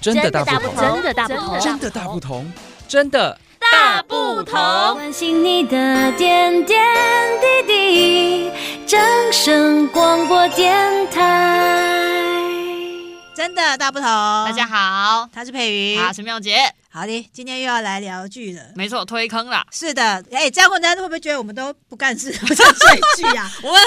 真的大不不同，真的大不同，真的大不同，真的大不同。关心你的点点滴滴，掌声广播电台。真的大不同。大大家，好，他是佩瑜。我是妙杰，好的，今天又要来聊剧了。没错，推坑啦。是的，哎，这样问大家会不会觉得我们都不干事， 我在追剧 啊？ 我们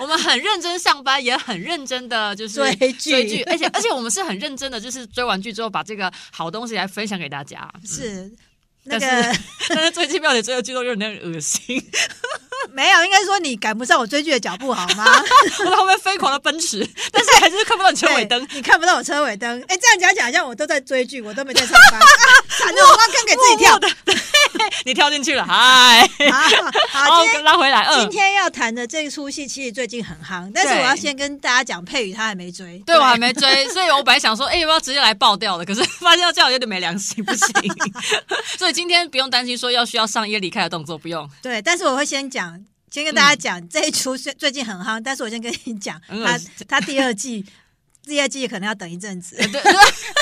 我们很认真上班，也很认真的就是追剧追剧，而且而且我们是很认真的，就是追完剧之后把这个好东西来分享给大 家。是那但个但是最近妙姐追的剧都有点恶心， 没有，应该说你赶不上我追剧的脚步，好吗？我在后面疯狂的奔驰，但是还是看不 到你车尾灯。对你看不到我车尾灯。哎，这样讲讲，像我都在追剧，我都没在上 班，啊惨了，我挖坑给自己跳默。默地，对你跳进去了，嗨，好， 好，哦今，天拉回来，嗯今。天要谈的这出戏其实最近很夯，但是对我要先跟大家讲，佩宇他还没追，对，我还没追，所以我本来想说， 哎、要不要直接来爆掉的？可是发现要这样有点没良心， 不行。所以今天不用担心说要需要上一个离开的动作，不用。对，但是我会先讲，先跟大家讲、这一出最最近很夯，但是我先跟你讲，嗯它它第二季，第二季可能要等一阵子 对，，对最讨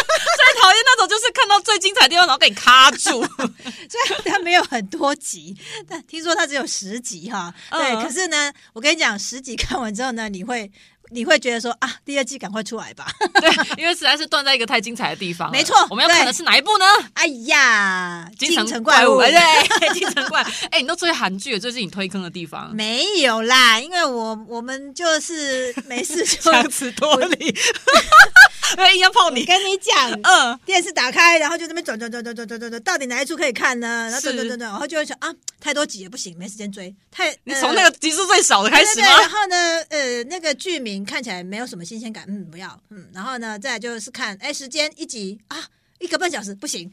厌那种就是看到最精彩的地方，然后给你卡 住。虽然它没有很多集，但听说它只有十集哈。对，嗯可是呢，我跟你讲，十集看完之后呢，你会你会觉得说啊，第二季赶快出来吧。 对，因为实在是断在一个太精彩的地方了。没错我们要看的对是哪一部呢？哎呀，京京城城怪物。哎对，京城怪物。 哎，你都追韩剧了，最近你推坑的地方。没有啦，因为我我们就是没事 就词夺 理，没哎有硬要泡你。跟你讲，嗯，电视打开，然后就这边转转转转转转转转，到底哪一出可以看呢？然后转是转转转，然后就会想啊，太多集也不行，没时间追。太 你从那个集数最少的开开始对对吗？嗯对然后呢，呃，那个剧名看起来没有什么新鲜感，嗯，不要，嗯。然后呢，再来就是看，哎，时间一集啊，一个半小时不行。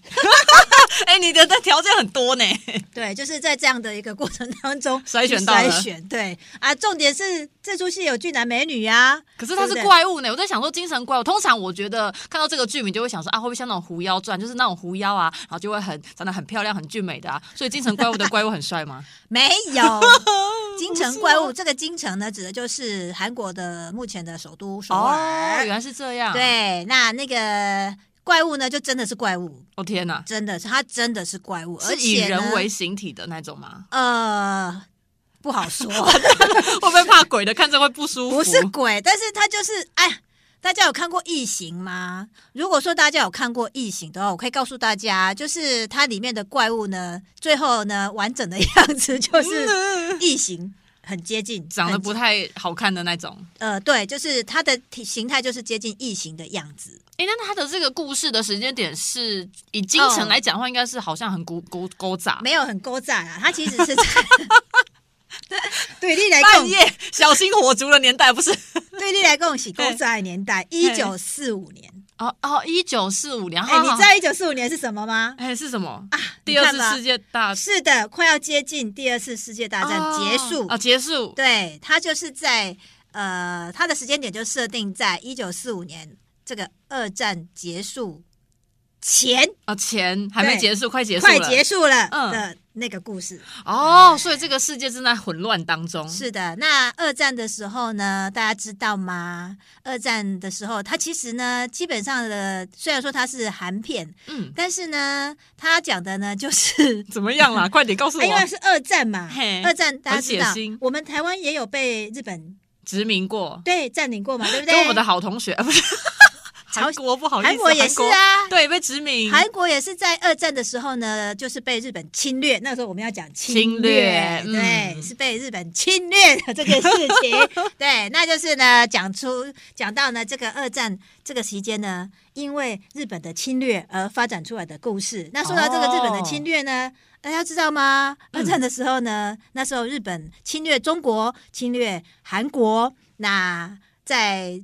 哎，你的的条件很多呢。 对，就是在这样的一个过程当中筛选去到了筛选，对啊。重点是这出戏有俊男美女啊，可是它是对不对怪物呢，我在想说精神怪物。通常我觉得看到这个剧名就会想说啊，会不会像那种狐妖传，就是那种狐妖啊，然后就会很长得很漂亮、很俊美的啊。所以精神怪物的怪物很帅吗？没 有。京城怪物，这个京城呢，指的就是韩国的目前的首都首哦，尔。原来是这样。，对，那那个怪物呢，就真的是怪物，我、哦天哪，真的是它真的是怪物，而是以且呢人为形体的那种吗？ 呃不好说，会不会怕鬼的看着会 不舒服？不是鬼，但是它就是哎。大家有看过《异形》吗？如果说大家有看过《异形》的话，我可以告诉大家，就是它里面的怪物呢，最后呢完整的样子就是异形，很接近，嗯长得很不太好看的那种。呃对，就是它的体形态就是接近异形的样子。哎，那它的这个故事的时间点是以京城来讲的话，应该是好像很古古古早。没有很勾仔啊，他其实 是在对你来半讲，夜小心火烛的年代不是？对你来 讲是勾仔的年代，一九四五年。哦哦，一九四五年。哎、你好知道一九四五年是什么吗？哎，是什么？啊，第二你次看吧世界大是的，快要接近第二次世界大战结束。啊、哦哦结束。对，他就是在呃，他的时间点就设定在一九四五年这个二战结束前，啊，前还没对结束，快结束快了，结束了嗯的那个故事。哦，所以这个世界正在混乱当中。是的，那二战的时候呢，大家知道吗？二战的时候，它其实呢，基本上的虽然说它是韩片，嗯，。但是呢，它讲的呢就是 啊怎么样 啦？快点告诉哎因为我，是二战嘛嘿，二战大家很血知道腥，我们台湾也有被日本殖民过，对占领过嘛，对不对？跟我们的好同学，啊不是 朝韩国不好意思，韩国也是啊，对，被殖民。韩国也是在二战的时候呢，就是被日本侵略。那时候我们要讲侵略略，对，嗯是被日本侵略的这件事 情。对，那就是呢，讲出讲到呢，这个二战这个期间呢，因为日本的侵略而发展出来的故事。那哦说到这个日本的侵略呢？大家知道吗？嗯二战的时候呢，那时候日本侵略中国，侵略韩国，那在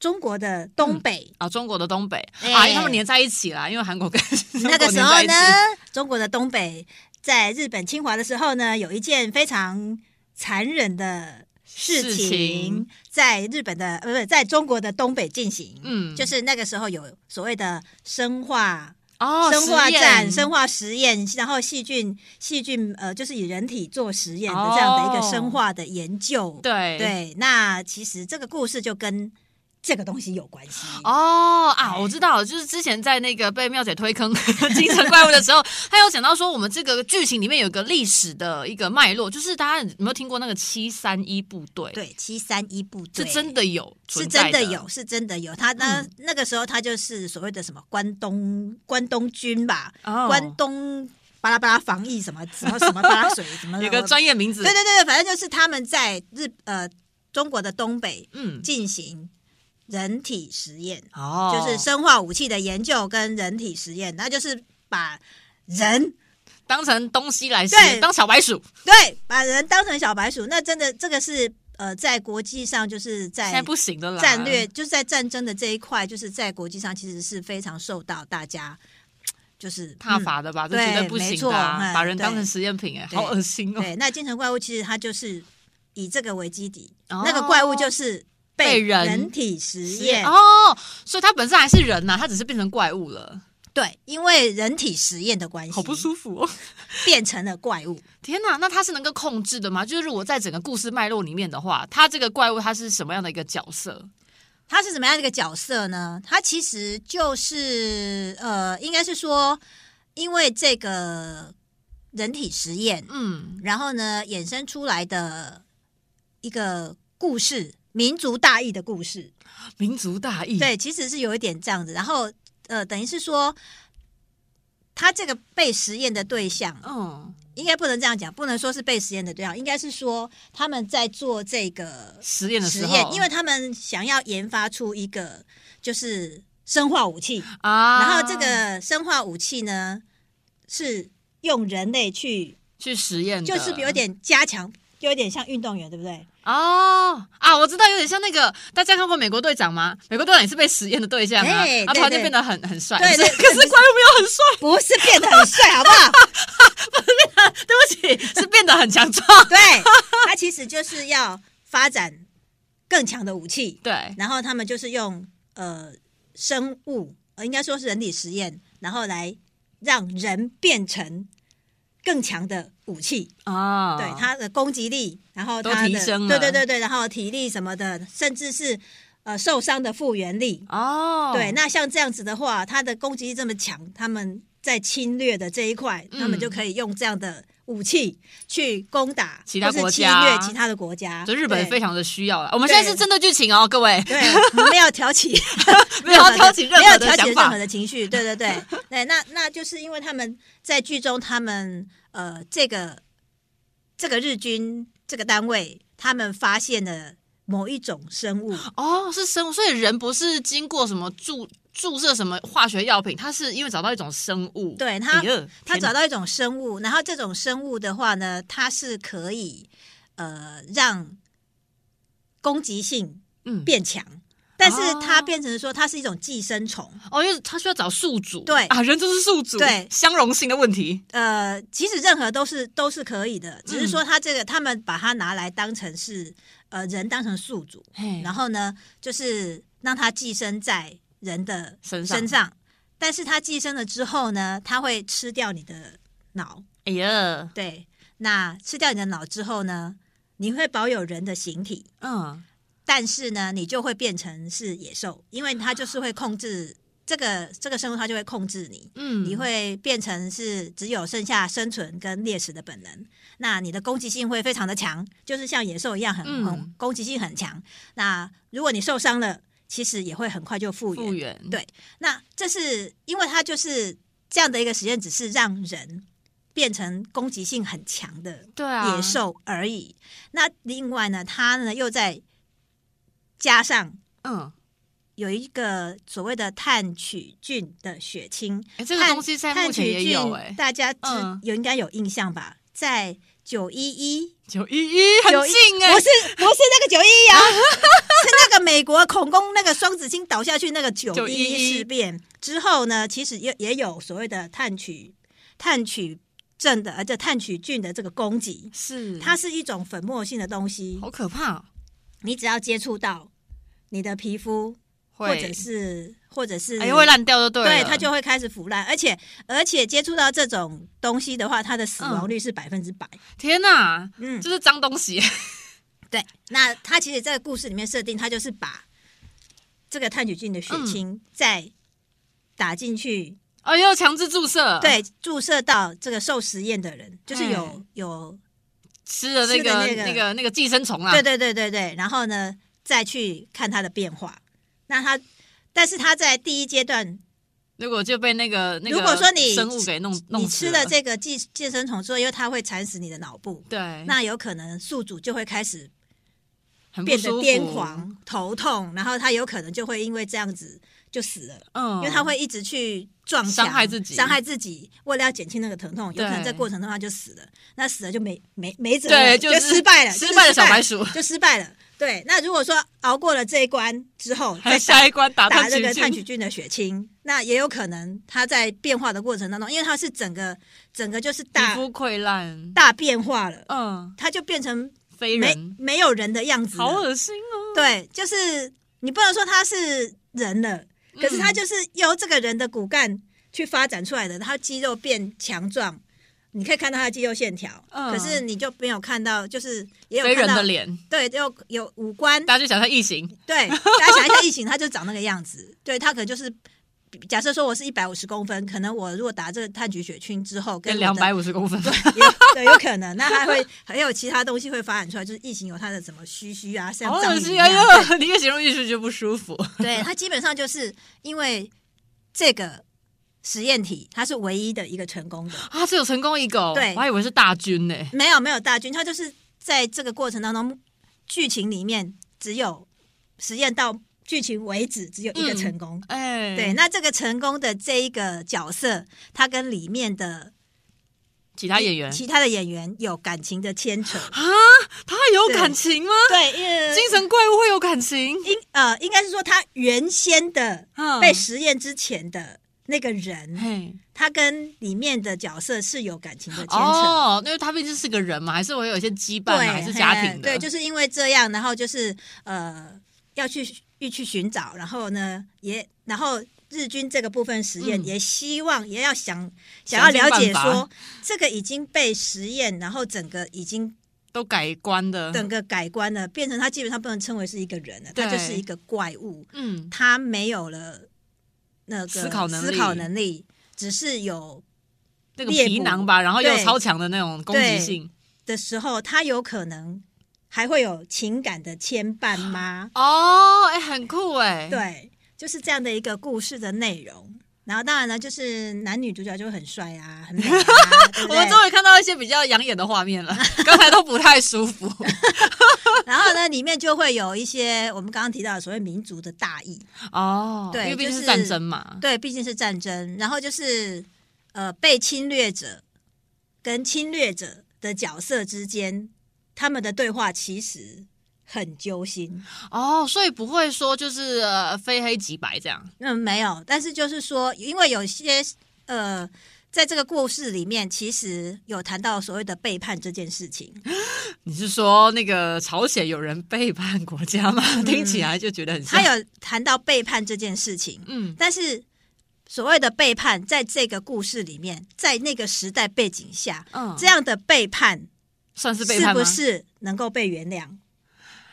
中国的东北，啊，中国的东北、哎啊，因为他们黏在一起啦，因为韩国 跟那个时中国候黏在呢一起，中国的东北在日本侵华的时候呢，有一件非常残忍的事情，事情在日本的呃不是在中国的东北进行。嗯就是那个时候有所谓的生化、哦，生化实验战、生化实验，然后细菌细菌呃，就是以人体做实验的这样的一个哦生化的研究。对对，那其实这个故事就跟这个东西有关系。哦啊，我知道了，就是之前在那个被妙姐推坑 《精神怪物》的时候， 她有讲到说，我们这个剧情里面有一个历史的一个脉络，就是大家有没有听过那个七三一部队？，对，七三一部是队真的有，是存真在的的有，是真的有。他那、嗯那个时候，他就是所谓的什么关东关东军吧，哦关东巴拉巴拉防疫什么什 么什么巴拉水什么的有个专业名字，对对对，反正就是他们在日呃中国的东北嗯，进行人体实验，哦，就是生化武器的研究跟人体实验，那就是把人当成东西来吃对，当小白鼠，对把人当成小白鼠，那真的这个是呃在国际上就是在现在不行的啦，哎战略就是在战争的这一块，就是在国际上其实是非常受到大家就是怕嗯罚的吧，这对绝对不行的没错啊，嗯把人当对成实验品，哎，对好恶心哦，对，那精神怪物其实它就是以这个为基底，哦那个怪物就是被被人体实实验。哦，所以它本身还是人呐，它只是变成怪物了，对，因为人体实验的关系，好不舒服哦。变成了怪物。天呐，那它是能够控制的吗？就是如果在整个故事脉络里面的话，它这个怪物它是什么样的一个角色？他是怎么样的一个角色呢？他其实就是呃，应该是说，因为这个人体实验，嗯，然后呢，衍生出来的一个故事，民族大义的故事。民族大义，，对，其实是有一点这样子。然后呃，等于是说，他这个被实验的对象，嗯，应该不能这样讲，不能说是被实验的对象，应该是说他们在做这个实验的实时候，验，因为他们想要研发出一个就是生化武器，啊，然后这个生化武器呢是用人类去，去实验的，就是有点加强，有点像运动员，对不对？哦啊，我知道，有点像那个大家看过美国队长吗？美国队长也是被实验的对象啊对，他对突然就对变得很很帅，对可是对可是怪物没有很帅， 不是变得很帅，好不 好？对不起， 是变得很强壮，对，他其实就是要发展更强的武器，对，然后他们就是用呃生物，呃应该说是人体实验，然后来让人变成更强的武器。啊，对他的攻击力，然后都他的提升对了对对对，然后体力什么的，甚至是呃受伤的复原力。哦，对，那像这样子的话，他的攻击力这么强，他们在侵略的这一块，嗯他们就可以用这样的武器去攻打其他或是国家侵略其他的国家。所以日本对非常的需要了。我们现在是针对剧情哦，各位， 对，我们没有挑起 没有挑起任没有何的挑起想任何法的情绪，对对 对对，那那就是因为他们在剧中，他们呃，这个这个日军这个单位，他们发现了某一种生物，哦，是生物，所以人不是经过什么注注射什么化学药品，它是因为找到一种生物，对它哎呦他天找哪到一种生物，然后这种生物的话呢，它是可以呃让攻击性嗯变强，但是它哦变成说它是一种寄生虫。哦，因为它需要找宿主，对啊，人就是宿主，对相容性的问题，呃，其实任何都是都是可以嗯的，只是说他这个、他们把它拿来当成是呃人当成宿主，嘿然后呢，就是让它寄生在人的身上身上，但是它寄生了之后呢，它会吃掉你的脑，哎呀，对，那吃掉你的脑之后呢，你会保有人的形体，嗯，但是呢，你就会变成是野兽，因为它就是会控制这个这个生物，它就会控制你，嗯你会变成是只有剩下生存跟猎食的本能。那你的攻击性会非常的强，就是像野兽一样很，很、嗯攻击性很强。那如果你受伤了，其实也会很快就复原。复原，对那这是因为它就是这样的一个实验，只是让人变成攻击性很强的对啊，野兽而已。那另外呢，它呢又在加上嗯，有一个所谓的炭曲菌的血清，哎，这个炭东西在目炭前曲也菌有，哎，大家知嗯有应该有印象吧？在九一一，九一一很911近不哎，是不是那个九一一啊， 是那个美国恐攻那个双子星倒下去那个九一一911事变之后呢，其实也也有所谓的炭曲炭曲症的，而且炭曲菌的这个攻击，是它是一种粉末性的东西，好可怕哦，你只要接触到你的皮肤，或者是或者是哎会烂掉就对了，对，它就会开始腐烂，而且而且接触到这种东西的话，它的死亡率是百分之百。天哪，嗯，就是脏东西， 对。那它其实这个故事里面设定，它就是把这个炭疽菌的血嗯清再打进去，哎呦，强制注射，，对，注射到这个受实验的人，就是有、嗯有，吃了那吃的个那个那个那个寄生虫啊啦，对对对对对，然后呢再去看它的变化。那它，但是它在第一阶段，如果就被那个那个如果说你生物给弄弄你死吃了这个寄寄生虫之后，因为它会缠死你的脑部，对，那有可能宿主就会开始很不变得舒服癫，狂、头痛，然后他有可能就会因为这样子就死了，嗯，因为他会一直去撞墙伤害自己伤害自己，为了要减轻那个疼痛，有对可能在过程中他就死了，那死了就没没没辙了，对就是失败了，失就是败的小白鼠，就失败了。对，那如果说熬过了这一关之后，还再打下一关打打探这个群炭聚疽菌的血清，那也有可能它在变化的过程当中，因为它是整个整个就是皮大肤溃烂，大变化了，嗯，它就变成非没人，没有人的样子了，好恶心哦，对，就是你不能说他是人了，可是他嗯就是由这个人的骨干去发展出来的，他肌肉变强壮，你可以看到他的肌肉线条，嗯可是你就没有看到，就是也有非看人到的，脸，对，有有五 官，大家就想象异形，对，大家想一下异形，他就长那个样子，对他可能就是。假设说我是一百五十公分，可能我如果打这个炭疽血菌之后，跟跟我两的百五十公分，有对，有可能，那还会还有其他东西会发展出来，就是异形有它的什么须须啊，像好章恶鱼一心，样哎对呦， 你越形容越是就不舒服，对，它基本上就是因为这个实验体，它是唯一的一个成功的， 啊，只有成功一个哦，对我还以为是大军呢，没有没有大军，它就是在这个过程当中，剧情里面只有实验到剧情为止，只有一个嗯成功。哎，对，，那这个成功的这一个角色，他跟里面的其他演员其他的演员有感情的 牵扯。啊，他有对感情吗？对，因为精神怪物会有感情？应呃，应该是说他原先的嗯被实验之前的那个人，嘿，他跟里面的角色是有感情的牵扯。哦，因为他毕竟是个人嘛，还是会有一些羁绊对，嘛，还是家庭的，对，就是因为这样，然后就是呃，要去欲去寻找，然后呢，也然后日军这个部分实验、嗯也希望也要想想想要尽了解办法说这个已经被实验，然后整个已经都改观的，整个改观了，变成他基本上不能称为是一个人了，他嗯对就是一个怪物，嗯，他没有了那个思考能力思考能力只是有那个皮囊吧，然后又对超强的那种攻击性，的时候，他有可能还会有情感的牵绊吗？哦，哎，很酷哎，，对，就是这样的一个故事的内容。然后当然呢，就是男女主角就会很帅啊，很美 啊，对我不对们？终于看到一些比较养眼的画面了， 刚才都不太舒服，然后呢，里面就会有一些我们刚刚提到的所谓民族的大义， 哦，对因为毕竟就是是战争嘛，对，毕竟是战争。然后就是呃，被侵略者跟侵略者的角色之间，他们的对话其实很揪心。哦，所以不会说就是呃非黑即白这样，嗯，没有，但是就是说，因为有些呃，在这个故事里面，其实有谈到所谓的背叛这件事情。你是说那个朝鲜有人背叛国家吗？听起来就觉得很像，他有谈到背叛这件事情，嗯，但是所谓的背叛，在这个故事里面，在那个时代背景下，嗯这样的背叛算是背是叛吗？不是能够被 原谅？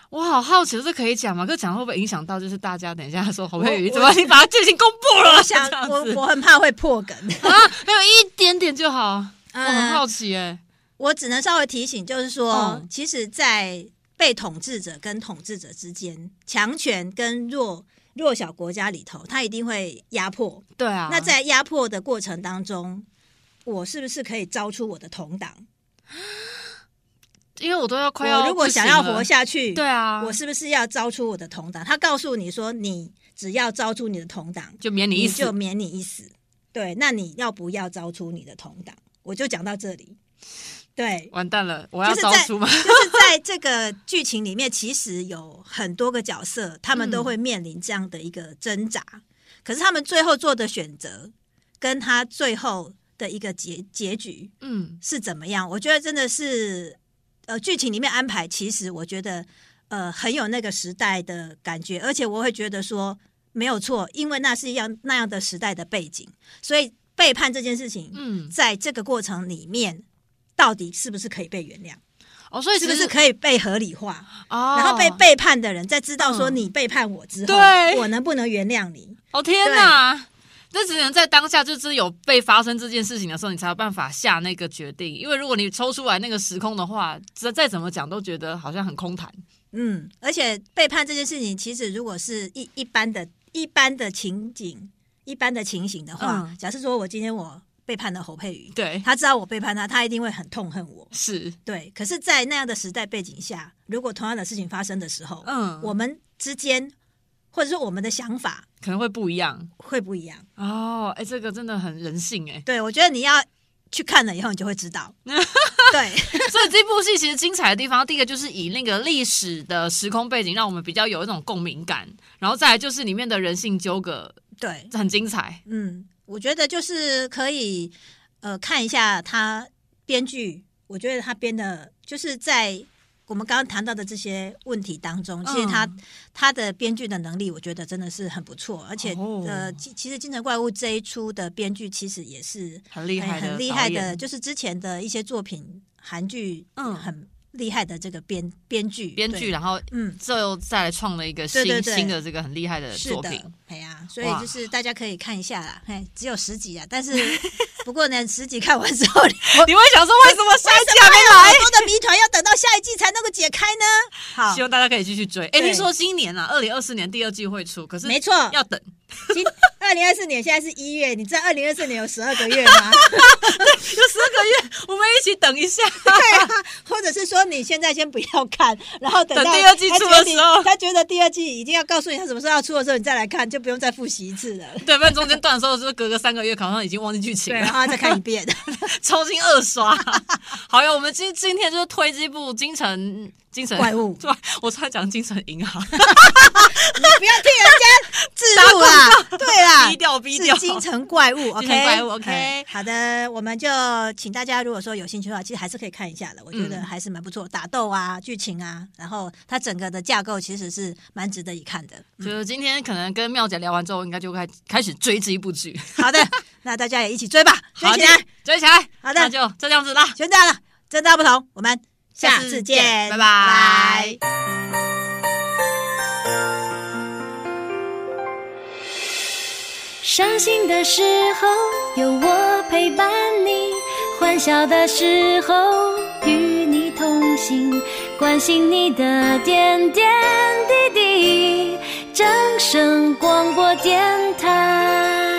我好好奇，这可以讲吗？可讲会不会影响到就是大家等一下说好不我会我怎么你把它剧情公布了？我想这，样我子我很怕会破 梗。啊，还有一点点就好。我很嗯，好奇哎、我只能稍微提醒，就是说，嗯其实，在被统治者跟统治者之间，强权跟弱弱小国家里头，他一定会压迫。对啊，那在压迫的过程当中，我是不是可以招出我的同党？因为我都要快要我如果想要活下下去，对啊，我是不是要招出我的同党？他告诉你说，你只要招出你的同党，就免你一你死就免你一死。对，那你要不要招出你的同党？我就讲到这里。对，完蛋了，我要就是招在出 吗？就是在这个剧情里面，其实有很多个角色，他们都会面临这样的一个挣扎。可是他们最后做的选择，跟他最后的一个结结局，嗯，是怎么样？我觉得真的是，呃，剧情里面安排，其实我觉得，呃，很有那个时代的感觉，而且我会觉得说没有错，因为那是一样那样的时代的背景，所以背叛这件事情，嗯在这个过程里面，到底是不是可以被原谅？哦，所以是其不实是可以被合理化？哦，然后被背叛的人在知道说嗯你背叛我之后，对我能不能原谅你？哦天哪！这只能在当下，就是有被发生这件事情的时候，你才有办法下那个决定。因为如果你抽出来那个时空的话，再再怎么讲都觉得好像很空谈。嗯，而且背叛这件事情，其实如果是一一般的、一般的情景、一般的情形的话，嗯假设说我今天我背叛了侯佩瑜，对，他知道我背叛他，他一定会很痛恨我。 是，对，可是，在那样的时代背景下，如果同样的事情发生的时候，嗯，我我们之间或者说我们的想法可能会不一样会不一样。。哦。哎，这个真的很人性哎对我觉得你要去看了以后，你就会 知道。对，所以这部戏其实精彩的地方，第一个就是以那个历史的时空背景，让我们比较有一种共鸣感，然后再来就是里面的人性纠葛对，很精彩。嗯，我觉得就是可以呃看一下他编剧，我觉得他编的就是在我们刚刚谈到的这些问题当中，其实他、嗯他的编剧的能力，我觉得真的是很不错，而且、哦呃，其其实《精神怪物》这一出的编剧其实也是很厉害很的，哎很厉害的，，就是之前的一些作品韩剧，嗯很厉害的这个编编剧编剧，对然后嗯。这又再来创了一个新对对对新的这个很厉害的是作的品。，哎呀、所以哇就是大家可以看一下啦，哎，只有十集啊，但是不过呢，十集看完之后，我你会想说为什么下一季还没还有好多的谜团要等到下一季才能够解开 呢。好希，望大家可以继续追。哎、对听说今年啊，二零二四年第二季会出，可是没错，要等。 今二零二四年现在是一月，你知道二零二四年有十二个月 吗？就十个月，我们一起等一下。 对啊，或者是说你现在先不要看，然后等到等第二季他觉出得的你时候他觉得第二季已经要告诉你他什么时候要出的时候，你再来看，就不用再复习一次了。对，不然啊中间断的时候，就是隔个三个月，好像已经忘记剧情对，啊了然，后再看一遍。重新二刷。 好呀，我们今今天就是推这部《京城京城怪物 对，我差点讲《京城银 行》你不要听人家自入啊，对啦，逼掉逼掉是京城怪 物，OK，京城怪物，OK 哎好的，我们就请大家如果说有兴趣的话，其实还是可以看一下的，我觉得嗯还是蛮不错，打斗啊，剧情啊，然后它整个的架构其实是蛮值得一看的。就嗯，是今天可能跟妙姐聊完之后，应该就开开始追这一部剧。好的， 那大家也一起追吧，追好起来，，追起来。好的那就就这样子啦，全大了，真大不同，我们下次见，拜拜。伤心的时候有我陪伴你，欢笑的时候与你同行，关心你的点点滴滴。掌声广播电台。